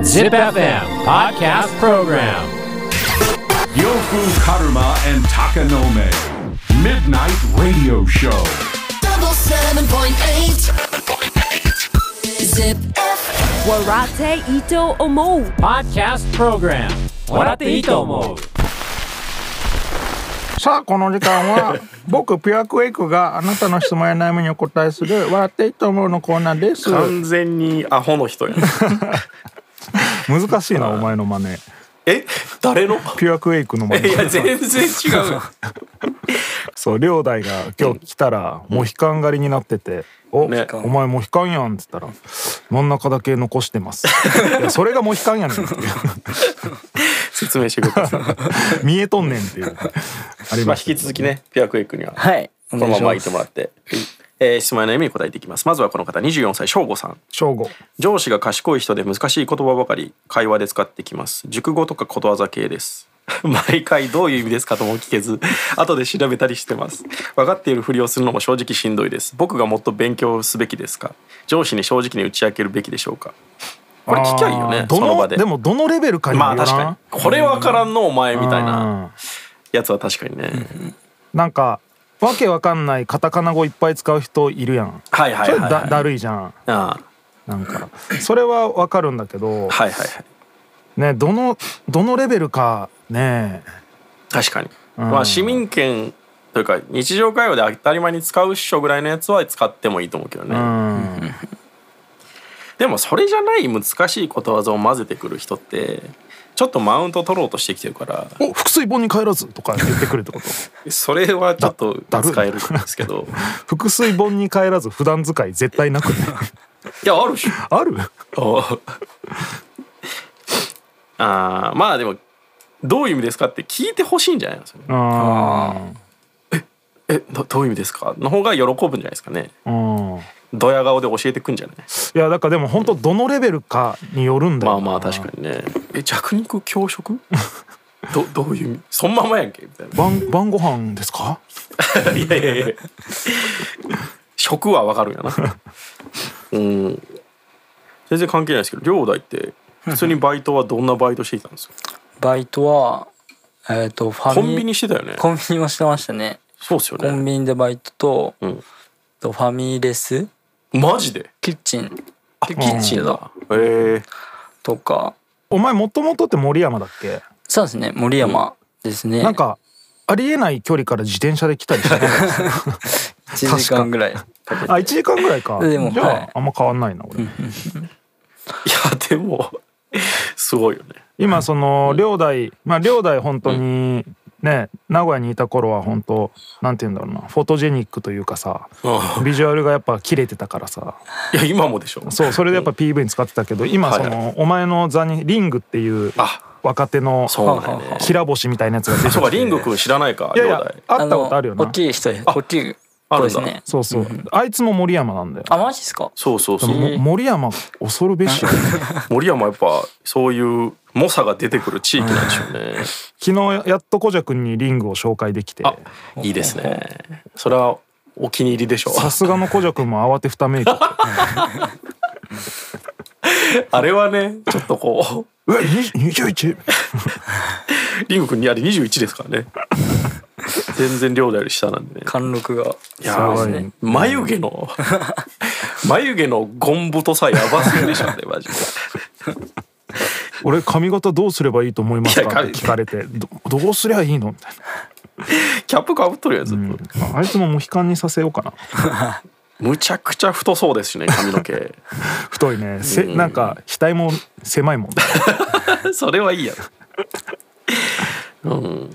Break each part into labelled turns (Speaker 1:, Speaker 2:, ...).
Speaker 1: ZipFM Podcast Program
Speaker 2: Yofu Karuma and Takanome. Midnight Radio Show.
Speaker 3: double seven point eight. Zip.
Speaker 4: Warate Ito Omo.
Speaker 1: Podcast Program 笑っていいと思う
Speaker 5: さあこの時間は僕ピュアクエイクがあなたの質問や悩みにお答えする「笑っていいと思う」のコーナーです
Speaker 6: 完全にアホの人やん
Speaker 5: 難しいなお前の真似
Speaker 6: え誰 の
Speaker 5: ピュアクエイクの真
Speaker 6: いや
Speaker 5: 似
Speaker 6: 全然違う
Speaker 5: そう両大が今日来たらモヒカン狩りになってて「お、
Speaker 6: ね
Speaker 5: お前モヒカンやん」っつったら「真ん中だけ残してます」いやそれがモヒカンやねんっていう
Speaker 6: 説明してください
Speaker 5: 見えとんねんっていうあり
Speaker 6: ま
Speaker 5: ま
Speaker 6: あ
Speaker 5: した
Speaker 6: 引き続きねピアクエイクには
Speaker 7: はい
Speaker 6: このまま
Speaker 7: お願
Speaker 6: 言
Speaker 7: い
Speaker 6: っ
Speaker 7: して
Speaker 6: も
Speaker 7: ま
Speaker 6: らって、えー質問や悩みに答えていきますまずはこの方24歳翔吾さん
Speaker 5: 正午
Speaker 6: 上司が賢い人で難しい言葉ばかり会話で使ってきます熟語とかことわざ系です 毎回どういう意味ですかとも聞けず 後で調べたりしてます分かっているふりをするのも正直しんどいです僕がもっと勉強すべきですか上司に正直に打ち明けるべきでしょうかこれ聞きゃいいよ
Speaker 5: あ
Speaker 6: ね
Speaker 5: ーど
Speaker 6: そ
Speaker 5: の
Speaker 6: の場で
Speaker 5: でもどのレベルかによ
Speaker 6: まあ
Speaker 5: るよな
Speaker 6: 確かにこれ分からんのお前みたいな
Speaker 5: うん
Speaker 6: やつは確かにね
Speaker 5: なんかわけわかんないカタカナ語いっぱい使う人いるやん
Speaker 6: はいはい
Speaker 5: それ
Speaker 6: はいはい
Speaker 5: だだるいじゃん
Speaker 6: あ
Speaker 5: なんかそれはわかるんだけど
Speaker 6: あはいはいはい
Speaker 5: ねどのどのレベルかね
Speaker 6: 確かに、
Speaker 5: ん
Speaker 6: まあ市民権というか日常会話で当たり前に使うっしょぐらいのやつは使ってもいいと思うけどね、
Speaker 5: うん
Speaker 6: でもそれじゃない難しいことわざを混ぜてくる人ってちょっとマウント取ろうとしてきてるから
Speaker 5: お腹水本に帰らずとか言ってくるってこと
Speaker 6: それはちょっと
Speaker 5: だだるい
Speaker 6: 使えるんですけど
Speaker 5: 腹水本に帰らず普段使い絶対なくね
Speaker 6: い や あるし
Speaker 5: ある
Speaker 6: ああーまあでもどういう意味ですかって聞いてほしいんじゃないのそれ
Speaker 5: あ
Speaker 6: えどどういう意味ですかの方が喜ぶんじゃないですかね
Speaker 5: ーうん
Speaker 6: ドヤ顔で教えてくんじゃない
Speaker 5: いやだからでも本当どのレベルかによるんだ
Speaker 6: まあ
Speaker 5: よな
Speaker 6: まあ確かにねえ弱肉強食 どどういう意味そんままやんけみたいな
Speaker 5: 晩晩ご飯ですか
Speaker 6: いやいやいや食はわかるんやなうん全然関係ないですけど両大って普通にバイトはどんなバイトしていたんですか
Speaker 7: すバイトはえっ、とファミ
Speaker 6: コンビニしてたよね
Speaker 7: コンビニもしてましたね
Speaker 6: そうっすよ
Speaker 7: コン
Speaker 6: ね
Speaker 7: ビニでバイトと、
Speaker 6: うん
Speaker 7: とファミレス
Speaker 6: マジで
Speaker 7: キッチン
Speaker 6: キ
Speaker 7: ッチン
Speaker 6: だへえ
Speaker 7: とか
Speaker 5: お前もともとって森山だっけ
Speaker 7: そうですね森山ですね、
Speaker 5: なんかありえない距離から自転車で来たりしてない
Speaker 7: 1時間ぐらいかけて
Speaker 5: あ1時間ぐらいか
Speaker 7: でも
Speaker 5: じゃあ、
Speaker 7: はい
Speaker 5: あんま変わんないな俺
Speaker 6: いやでもすごいよね
Speaker 5: 今その両代まあ両代本当にね名古屋にいた頃は本当なんて言うんだろうなフォトジェニックというかさビジュアルがやっぱ切れてたからさ
Speaker 6: いや今もでしょ
Speaker 5: そうそれでやっぱ PV に使ってたけど今
Speaker 6: はい
Speaker 5: そ
Speaker 6: はい
Speaker 5: のお前の座にリングっていう
Speaker 6: あ
Speaker 5: 若手の
Speaker 6: そうなんやね
Speaker 5: きら星みたいなやつが出てき
Speaker 6: そうかリ
Speaker 5: て
Speaker 6: ング君知らないか
Speaker 5: いやい
Speaker 6: 両
Speaker 5: や
Speaker 6: 大
Speaker 5: 会ったことあるよ
Speaker 7: の
Speaker 5: な
Speaker 7: 大きい人大きい
Speaker 6: あ
Speaker 7: 子
Speaker 6: る
Speaker 7: で
Speaker 6: ん
Speaker 7: す
Speaker 6: だ
Speaker 7: ね
Speaker 5: そうそうあいつも森山なんだよ
Speaker 7: あマジですか
Speaker 6: そうそう
Speaker 5: で
Speaker 6: そう
Speaker 5: もも森山恐るべしよ
Speaker 6: 森山やっぱそういう猛者が出てくる地域なんでしょうね
Speaker 5: 昨日やっとコジャ君にリングを紹介できて
Speaker 6: あいいですねそれはお気に入りでしょう
Speaker 5: さすがのコジャ君も慌てふためいて
Speaker 6: あれはねちょっとこ
Speaker 5: 「うわ21!」
Speaker 6: うリング君にあれ21ですからね全然量だより下なんでね
Speaker 7: 貫禄が
Speaker 6: いやー
Speaker 5: すごい
Speaker 6: ね眉毛の眉毛のゴン太さやばすぎでしょうねマジで
Speaker 5: 「俺髪型どうすればいいと思います
Speaker 6: いや
Speaker 5: か?」って聞かれてど「どうすりゃいいの?」みたい
Speaker 6: キャップかぶっとるやつ、
Speaker 5: な、 あいつもモヒカンにさせようかな
Speaker 6: むちゃくちゃ太そうですしね髪の毛
Speaker 5: 太いねせなんか額も狭いもんね
Speaker 6: それはいいやろうん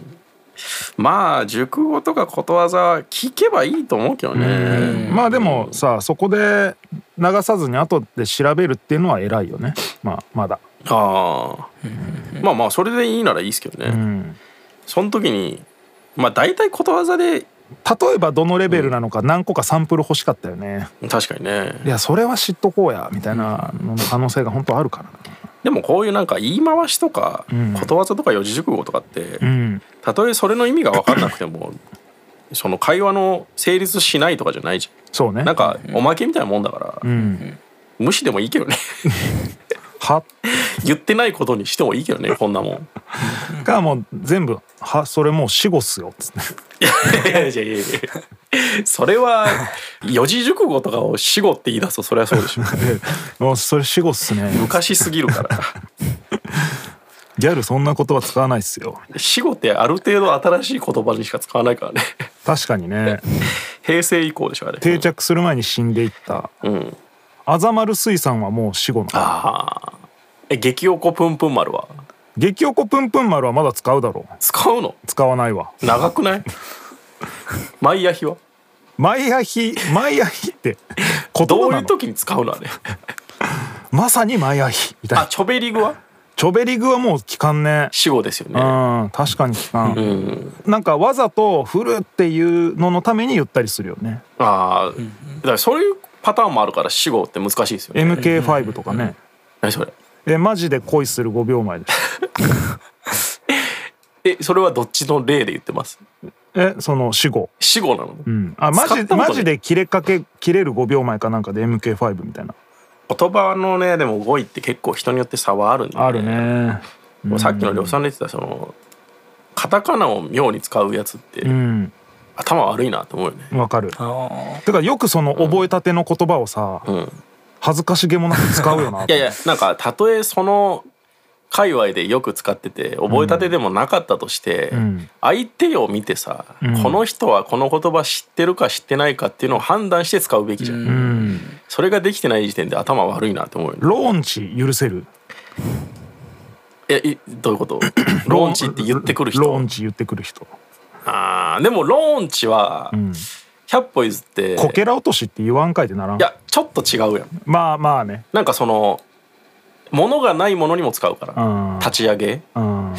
Speaker 6: まあ熟語とかことわざは聞けばいいと思うけどね
Speaker 5: まあでもさそこで流さずに後で調べるっていうのは偉いよねまあまだ
Speaker 6: ああまあまあそれでいいならいいですけどね、
Speaker 5: うん
Speaker 6: その時にまあ大体ことわざで
Speaker 5: 例えばどのレベルなのか何個かサンプル欲しかったよね、
Speaker 6: 確かにね
Speaker 5: いやそれは知っとこうやみたいなのの可能性が本当あるからな
Speaker 6: でもこういうなんか言い回しとか、
Speaker 5: ん
Speaker 6: ことわざとか四字熟語とかって
Speaker 5: うん
Speaker 6: たとえそれの意味が分からなくてもその会話の成立しないとかじゃないじ
Speaker 5: そう
Speaker 6: ゃ
Speaker 5: ね
Speaker 6: んなんかおまけみたいなもんだから、
Speaker 5: うん
Speaker 6: 無視でもいいけどね
Speaker 5: は
Speaker 6: 言ってないことにしてもいいけ どねこんなもん
Speaker 5: がもう全部「はそれもう死後っすよ」っつって
Speaker 6: いやいやいやいやいやそれは四字熟語とかを死語って言い出すとそれはそうでしょ
Speaker 5: 「あ それ死後っすね
Speaker 6: 昔すぎるから
Speaker 5: ギャルそんな言葉使わないっすよ
Speaker 6: 死語ってある程度新しい言葉にしか使わないからね」
Speaker 5: 確かにね
Speaker 6: 平成以降でしょあれ
Speaker 5: 定着する前に死んでいった
Speaker 6: うん
Speaker 5: あざまる水産はもう死後なの
Speaker 6: ああえ激おこぷんぷん丸は
Speaker 5: 激おこぷんぷん丸はまだ使うだろう
Speaker 6: 使うの
Speaker 5: 使わないわ
Speaker 6: 長くない毎夜日は
Speaker 5: 毎夜日毎夜日って言
Speaker 6: ど
Speaker 5: 葉
Speaker 6: うい
Speaker 5: な
Speaker 6: う
Speaker 5: の
Speaker 6: 時に使うのあれ
Speaker 5: まさに毎夜日みたい
Speaker 6: あ
Speaker 5: な
Speaker 6: チョベリグは
Speaker 5: チョベリグはもう聞かんね
Speaker 6: 死語ですよ
Speaker 5: う
Speaker 6: ね
Speaker 5: ん確かに聞か
Speaker 6: うんん
Speaker 5: なんかわざと振るっていうののために言ったりするよね
Speaker 6: ああだからそういうパターンもあるから死語って難しいですよね
Speaker 5: MK5 とかね
Speaker 6: 何それ
Speaker 5: えマジで恋する5秒前です
Speaker 6: えそれはどっちの例で言ってます
Speaker 5: えその死後
Speaker 6: 死語なの、
Speaker 5: うんあマ
Speaker 6: 使
Speaker 5: ジ
Speaker 6: ったことない
Speaker 5: マジで切れかけ切れる5秒前かなんかで MK5 みたいな
Speaker 6: 言葉のねでも語彙って結構人によって差はあるんで、
Speaker 5: あるね
Speaker 6: さっきの量産で言ってたそのカタカナを妙に使うやつって、
Speaker 5: うん
Speaker 6: 頭悪いなと思うよね
Speaker 5: わかる
Speaker 7: あ
Speaker 5: てかよくその覚えたての言葉をさ、
Speaker 6: ん
Speaker 5: 恥ずかしげもなく使うよな
Speaker 6: いやいやなんかたとえその界隈でよく使ってて覚えたてでもなかったとして、
Speaker 5: ん
Speaker 6: 相手を見てさ、
Speaker 5: うん
Speaker 6: この人はこの言葉知ってるか知ってないかっていうのを判断して使うべきじゃん、
Speaker 5: うん
Speaker 6: それができてない時点で頭悪いなって思うよね
Speaker 5: ローンチ許せる
Speaker 6: えいどういうことローンチって言ってくる人
Speaker 5: ローンチ言ってくる人
Speaker 6: あーでもローンチは、
Speaker 5: うん
Speaker 6: キャッポイズって
Speaker 5: こけら落としって言わんかいってならん
Speaker 6: いやちょっと違うやん
Speaker 5: まあまあね
Speaker 6: なんかそのものがないものにも使うか
Speaker 5: うん
Speaker 6: ら立ち上げ
Speaker 5: うん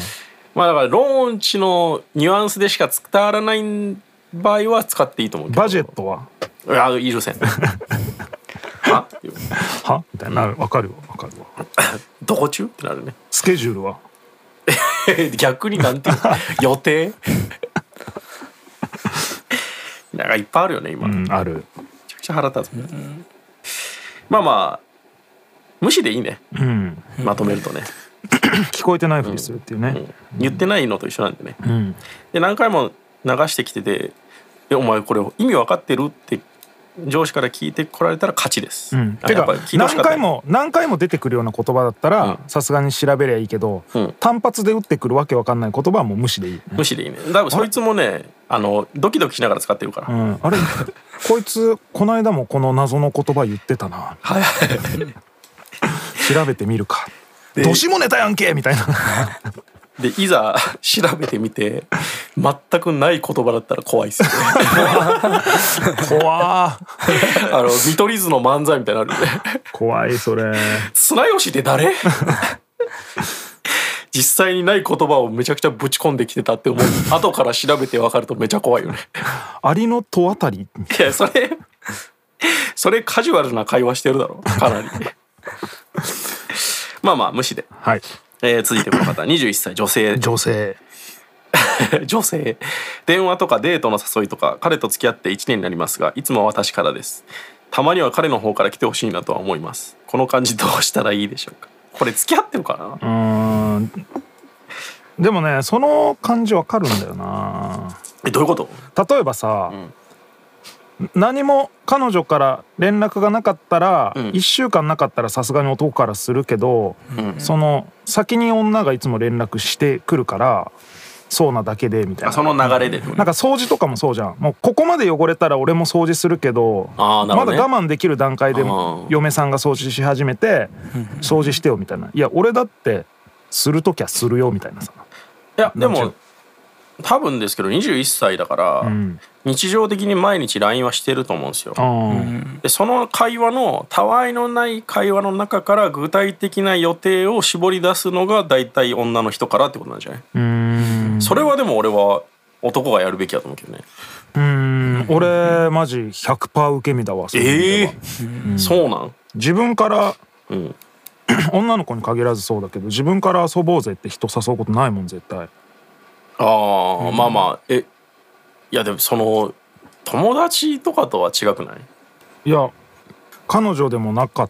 Speaker 6: まあだからローンチのニュアンスでしか伝わらない場合は使っていいと思うけど
Speaker 5: バジェットはい
Speaker 6: や 許せんは
Speaker 5: はみたいになるわかるわわかるわ
Speaker 6: どこ中ってなるね
Speaker 5: スケジュールは
Speaker 6: 逆になんていうの予定 なんかいっぱいあるよね今、
Speaker 5: う
Speaker 6: め
Speaker 5: んある
Speaker 6: ちゃくちゃ腹立つもん、まあまあ無視でいいね
Speaker 5: うん
Speaker 6: まとめるとね、
Speaker 5: 聞こえてないふりするっていうね
Speaker 6: 言ってないのと一緒なんでね
Speaker 5: うん
Speaker 6: で何回も流してきてて「えお前これ意味分かってる?」って上司から聞いてこられたら勝ちです。
Speaker 5: うん、
Speaker 6: あ
Speaker 5: て
Speaker 6: やっ
Speaker 5: か
Speaker 6: ぱり聞いてほし
Speaker 5: 何
Speaker 6: かった
Speaker 5: 回も何回も出てくるような言葉だったら
Speaker 6: うん
Speaker 5: さすがに調べりゃいいけど、
Speaker 6: うん
Speaker 5: 単発で打ってくるわけわかんない言葉はもう無視でいいよね
Speaker 6: 無視でいいね。多分そいつもねあのドキドキしながら使ってるから。
Speaker 5: うん、あれ こいつこの間もこの謎の言葉言ってたな
Speaker 6: はい
Speaker 5: 調べてみるか「どしもネタやんけ!」みたい な
Speaker 6: でいざ調べてみて全くない言葉だったら怖いっ すよね。
Speaker 5: 怖ー
Speaker 6: あの見取り図の漫才みたいになるんで「
Speaker 5: 怖いそれ
Speaker 6: 綱吉って 誰? 」実際にない言葉をめちゃくちゃぶち込んできてたって思う後から調べて分かるとめちゃ怖いよね。
Speaker 5: アリの戸あたり
Speaker 6: いやそれそれカジュアルな会話してるだろかなり まあまあ無視で、
Speaker 5: はい
Speaker 6: えー続いてこの方21歳女性
Speaker 5: 女性
Speaker 6: 女性電話とかデートの誘いとか彼と付き合って1年になりますがいつもは私からですたまには彼の方から来てほしいなとは思いますこの感じどうしたらいいでしょうかこれ付き合ってるか
Speaker 5: う
Speaker 6: な
Speaker 5: ーんでもねその感じわかるんだよな
Speaker 6: えどういうこと
Speaker 5: 例えばさ、何も彼女から連絡がなかったら、
Speaker 6: ん
Speaker 5: 1週間なかったらさすがに男からするけど、その先に女がいつも連絡してくるからそうなだけでみたい
Speaker 6: あ
Speaker 5: な
Speaker 6: その流れで
Speaker 5: なんか掃除とかもそうじゃんもうここまで汚れたら俺も掃除するけど
Speaker 6: あー
Speaker 5: ま
Speaker 6: なるほ
Speaker 5: だ
Speaker 6: どね
Speaker 5: 我慢できる段階で
Speaker 6: あー
Speaker 5: 嫁さんが掃除し始めて掃除してよみたいないや俺だってする時はするよみたいなさ
Speaker 6: いやで
Speaker 5: なんちゅ
Speaker 6: も
Speaker 5: う
Speaker 6: 多分ですけど21歳だから、
Speaker 5: ん
Speaker 6: 日常的に毎日 LINE はしてると思うんですよ
Speaker 5: あー
Speaker 6: でその会話のたわいのない会話の中から具体的な予定を絞り出すのが大体女の人からってことなんじゃない、
Speaker 5: うーん
Speaker 6: それはでも俺は男がやるべきだと思うけどね
Speaker 5: うーん俺マジ100%受け身だわそういう意味
Speaker 6: え
Speaker 5: で
Speaker 6: え
Speaker 5: は
Speaker 6: そうなん
Speaker 5: 自分から
Speaker 6: うん、
Speaker 5: 女の子に限らずそうだけど自分から遊ぼうぜって人誘うことないもん絶対
Speaker 6: ああ、まあまあえいやでもその友達とかとは違くない
Speaker 5: いや彼女でもなかっ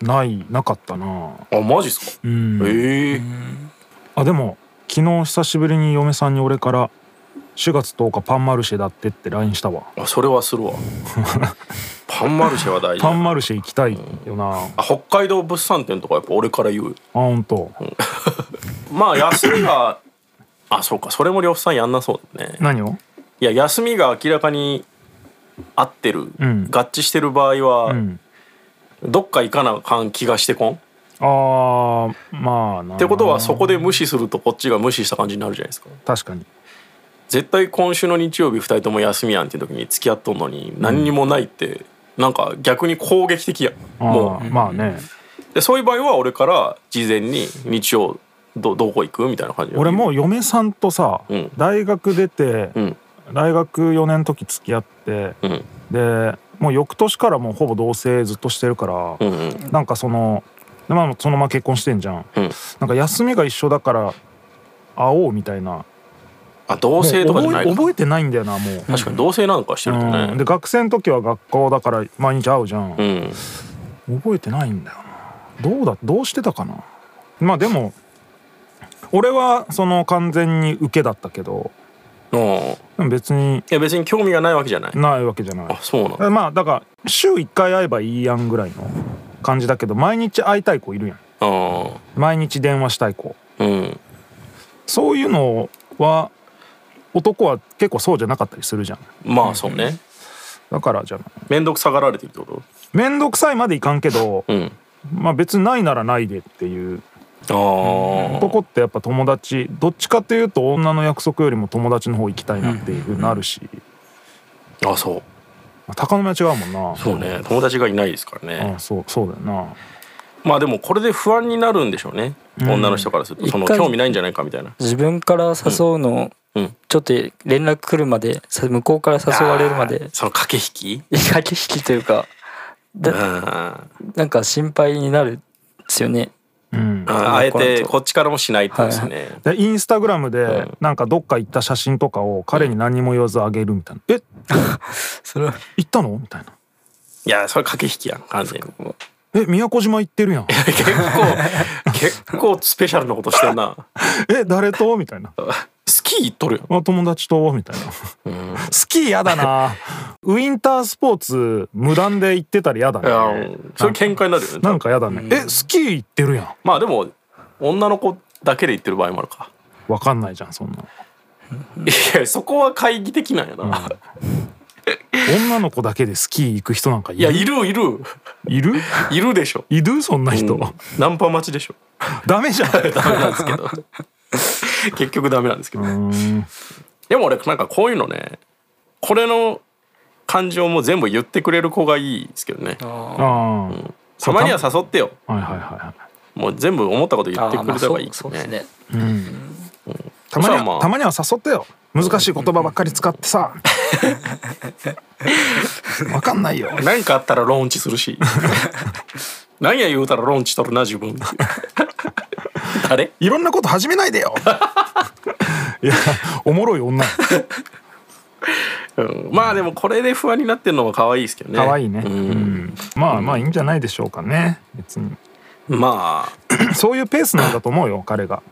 Speaker 5: ないなかったな
Speaker 6: あマジっすか
Speaker 5: うん
Speaker 6: ええ
Speaker 5: あでも昨日久しぶりに嫁さんに俺から4月10日パンマルシェだってって LINE したわ
Speaker 6: あそれ はするわパンマルシェは大
Speaker 5: パン
Speaker 6: 事
Speaker 5: マルシェ行きたいよなあ
Speaker 6: あ北海道物産展とかやっぱ俺から言う
Speaker 5: 本当。
Speaker 6: まあ休 みがあそうかそれも呂布さんやんなそうだね
Speaker 5: 何を
Speaker 6: いや休みが明らかに合ってる、
Speaker 5: うん
Speaker 6: 合致してる場合は、
Speaker 5: うん
Speaker 6: どっか行かなあかん気がしてこんっ
Speaker 5: あーまあな
Speaker 6: てことはそこで無視するとこっちが無視した感じになるじゃないですか
Speaker 5: 確かに
Speaker 6: 絶対今週の日曜日2人とも休みやんっていう時に付き合っとんのに何にもないって、なんか逆に攻撃的やん
Speaker 5: あ
Speaker 6: も
Speaker 5: ーまあね
Speaker 6: うでそういう場合は俺から事前に日曜どどこ行くみたいな感じで
Speaker 5: 俺もう嫁さんとさ、
Speaker 6: うん
Speaker 5: 大学出て、
Speaker 6: うん
Speaker 5: 大学4年の時付き合って、
Speaker 6: ん
Speaker 5: でもう翌年からもうほぼ同棲ずっとしてるから、
Speaker 6: うんうん
Speaker 5: なんかその、でまあ、そのまま結婚してんじゃん、
Speaker 6: うん
Speaker 5: なんか休みが一緒だから会おうみたいな
Speaker 6: あ同
Speaker 5: もう
Speaker 6: 棲とかじゃ
Speaker 5: 覚
Speaker 6: な
Speaker 5: え
Speaker 6: い
Speaker 5: 覚えてないんだよなもう、
Speaker 6: 確かに同棲なんかしてると
Speaker 5: う
Speaker 6: ね
Speaker 5: んで学生の時は学校だから毎日会うじゃん、
Speaker 6: うん
Speaker 5: 覚えてないんだよなどうだどうしてたかなまあでも俺はその完全に受けだったけど
Speaker 6: うんい
Speaker 5: でも別に
Speaker 6: や別に興味がないわけじゃない
Speaker 5: ないわけじゃない
Speaker 6: あそうなんあ
Speaker 5: まあだから週1回会えばいいやんぐらいの感じだけど毎日会いたい子いるやん
Speaker 6: あ
Speaker 5: 毎日電話したい子
Speaker 6: うん
Speaker 5: そういうのは男は結構そうじゃなかったりするじゃん
Speaker 6: まあそうね
Speaker 5: だからじゃない
Speaker 6: 面倒くさがられてるってこ
Speaker 5: 面倒くさいまでいかんけ ど
Speaker 6: とうん
Speaker 5: まあ別にないならないでっていう
Speaker 6: ああ
Speaker 5: 男ってやっぱ友達どっちかというと女の約束よりも友達の方行きたいなっていうふうになるし、
Speaker 6: あそう
Speaker 5: まあ高野は違うもんな
Speaker 6: そうね友達がいないですからね、
Speaker 5: ああそうそうだよな
Speaker 6: まあでもこれで不安になるんでしょうね、女の人からするとその
Speaker 7: 一回
Speaker 6: 興味ないんじゃないかみたいな
Speaker 7: 自分から誘うの
Speaker 6: うんう
Speaker 7: を
Speaker 6: ん
Speaker 7: ちょっと連絡来るまでさ向こうから誘われるまで
Speaker 6: その駆け引き
Speaker 7: 駆け引きというか
Speaker 6: うん
Speaker 7: だ
Speaker 6: あ
Speaker 7: なんか心配になるですよね
Speaker 5: うん
Speaker 6: あえてこっちからもしないってことですね、
Speaker 5: でインスタグラムで
Speaker 6: ん
Speaker 5: なんかどっか行った写真とかを彼に何も言わずあげるみたいな「え
Speaker 7: それは
Speaker 5: 行ったの?」みたいな「
Speaker 6: いやそれ駆け引きやん完全に
Speaker 5: え宮古島行ってるやん」
Speaker 6: 結構結構スペシャルなことしてんな
Speaker 5: 「え誰と?」みたい な
Speaker 6: スキー行っとるやん
Speaker 5: 「あ友達と?」みたいな「スキーやだ なウィンタースポーツ無断で行ってたらやだ
Speaker 6: いや
Speaker 5: ね
Speaker 6: それ喧嘩になるよね
Speaker 5: なんかやだね「えスキー行ってるやん」
Speaker 6: まあでも女の子だけで行ってる場合もあるか
Speaker 5: わかんないじゃんそんなの
Speaker 6: いやそこは懐疑的なんやな、
Speaker 5: 女の子だけでスキー行く人なんかい
Speaker 6: いや
Speaker 5: る
Speaker 6: いるいる
Speaker 5: いる
Speaker 6: いるでしょ、
Speaker 5: いるそんな人、
Speaker 6: うんナンパ待ちでしょ
Speaker 5: ダメじゃ ん
Speaker 6: ダメなんですけど結局ダメなんですけど、でも俺なんかこういうのねこれの感情も全部言ってくれる子がいいですけどね
Speaker 5: あ
Speaker 6: たまには誘ってよ
Speaker 5: あはいはいはいはい
Speaker 6: もう全部思ったこと言
Speaker 7: あ
Speaker 6: って
Speaker 7: ー
Speaker 6: く
Speaker 7: ま
Speaker 6: れ
Speaker 7: あ
Speaker 6: た方
Speaker 7: そ
Speaker 6: がいいうです
Speaker 7: そう
Speaker 6: ね,、
Speaker 7: ですね
Speaker 5: たまに
Speaker 6: そしたらま
Speaker 5: は
Speaker 6: あ
Speaker 5: たまには誘ってよ難しい言葉ばっかり使って さわかんないよ
Speaker 6: なんかあったらローンチするし なんや言うたらローンチ取るな自 分誰
Speaker 5: いろんなこと始めない でよいやおもろい女
Speaker 6: うんまあでもこれで不安になってるのも可愛いですけどね
Speaker 5: 可愛いね、
Speaker 6: う
Speaker 5: うんん、まあまあいいんじゃないでしょうかね別に
Speaker 6: ま
Speaker 5: そういうペースなんだと思うよ彼が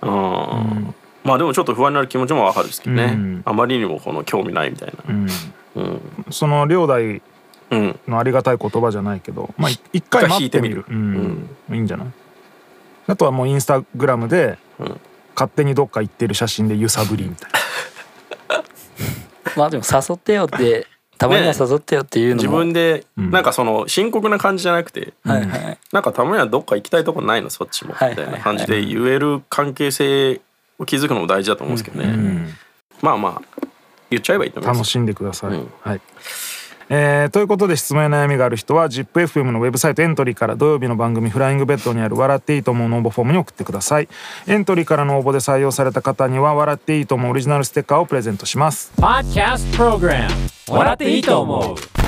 Speaker 6: あ、うんまあでもちょっと不安になる気持ちもわかるんですけどね、
Speaker 5: うん
Speaker 6: あまりにもこの興味ないみたいな
Speaker 5: うん
Speaker 6: うん、
Speaker 5: その両代
Speaker 6: うん、
Speaker 5: のありがたい言葉じゃないけど、まあ、い一回待ってみる
Speaker 6: 一回
Speaker 5: う
Speaker 6: 引いてみる
Speaker 5: んいいんじゃないあとはもうインスタグラムで
Speaker 6: ん
Speaker 5: 勝手にどっか行ってる写真で揺さぶりみたいな
Speaker 7: まあでも誘ってよってたまには誘ってよっていうの
Speaker 6: 自
Speaker 7: も、
Speaker 6: 分で
Speaker 5: ん
Speaker 6: なんかその深刻な感じじゃなくて、
Speaker 7: はいはい
Speaker 6: なんかたまにはどっか行きたいとこないのそっちもみ
Speaker 7: はい
Speaker 6: た
Speaker 7: はいいはい
Speaker 6: な感じで言える関係性を築くのも大事だと思うんですけどね、まあまあ言っちゃえばいいと思いま
Speaker 5: 楽
Speaker 6: す
Speaker 5: しんでください、
Speaker 6: うん
Speaker 5: はいえーということで質問や悩みがある人は ZIPFM のウェブサイトエントリーから土曜日の番組「フライングベッド」にある「笑っていいと思う」の応募フォームに送ってくださいエントリーからの応募で採用された方には「笑っていいと思う」オリジナルステッカーをプレゼントします
Speaker 1: Podcast Program 笑っていいと思う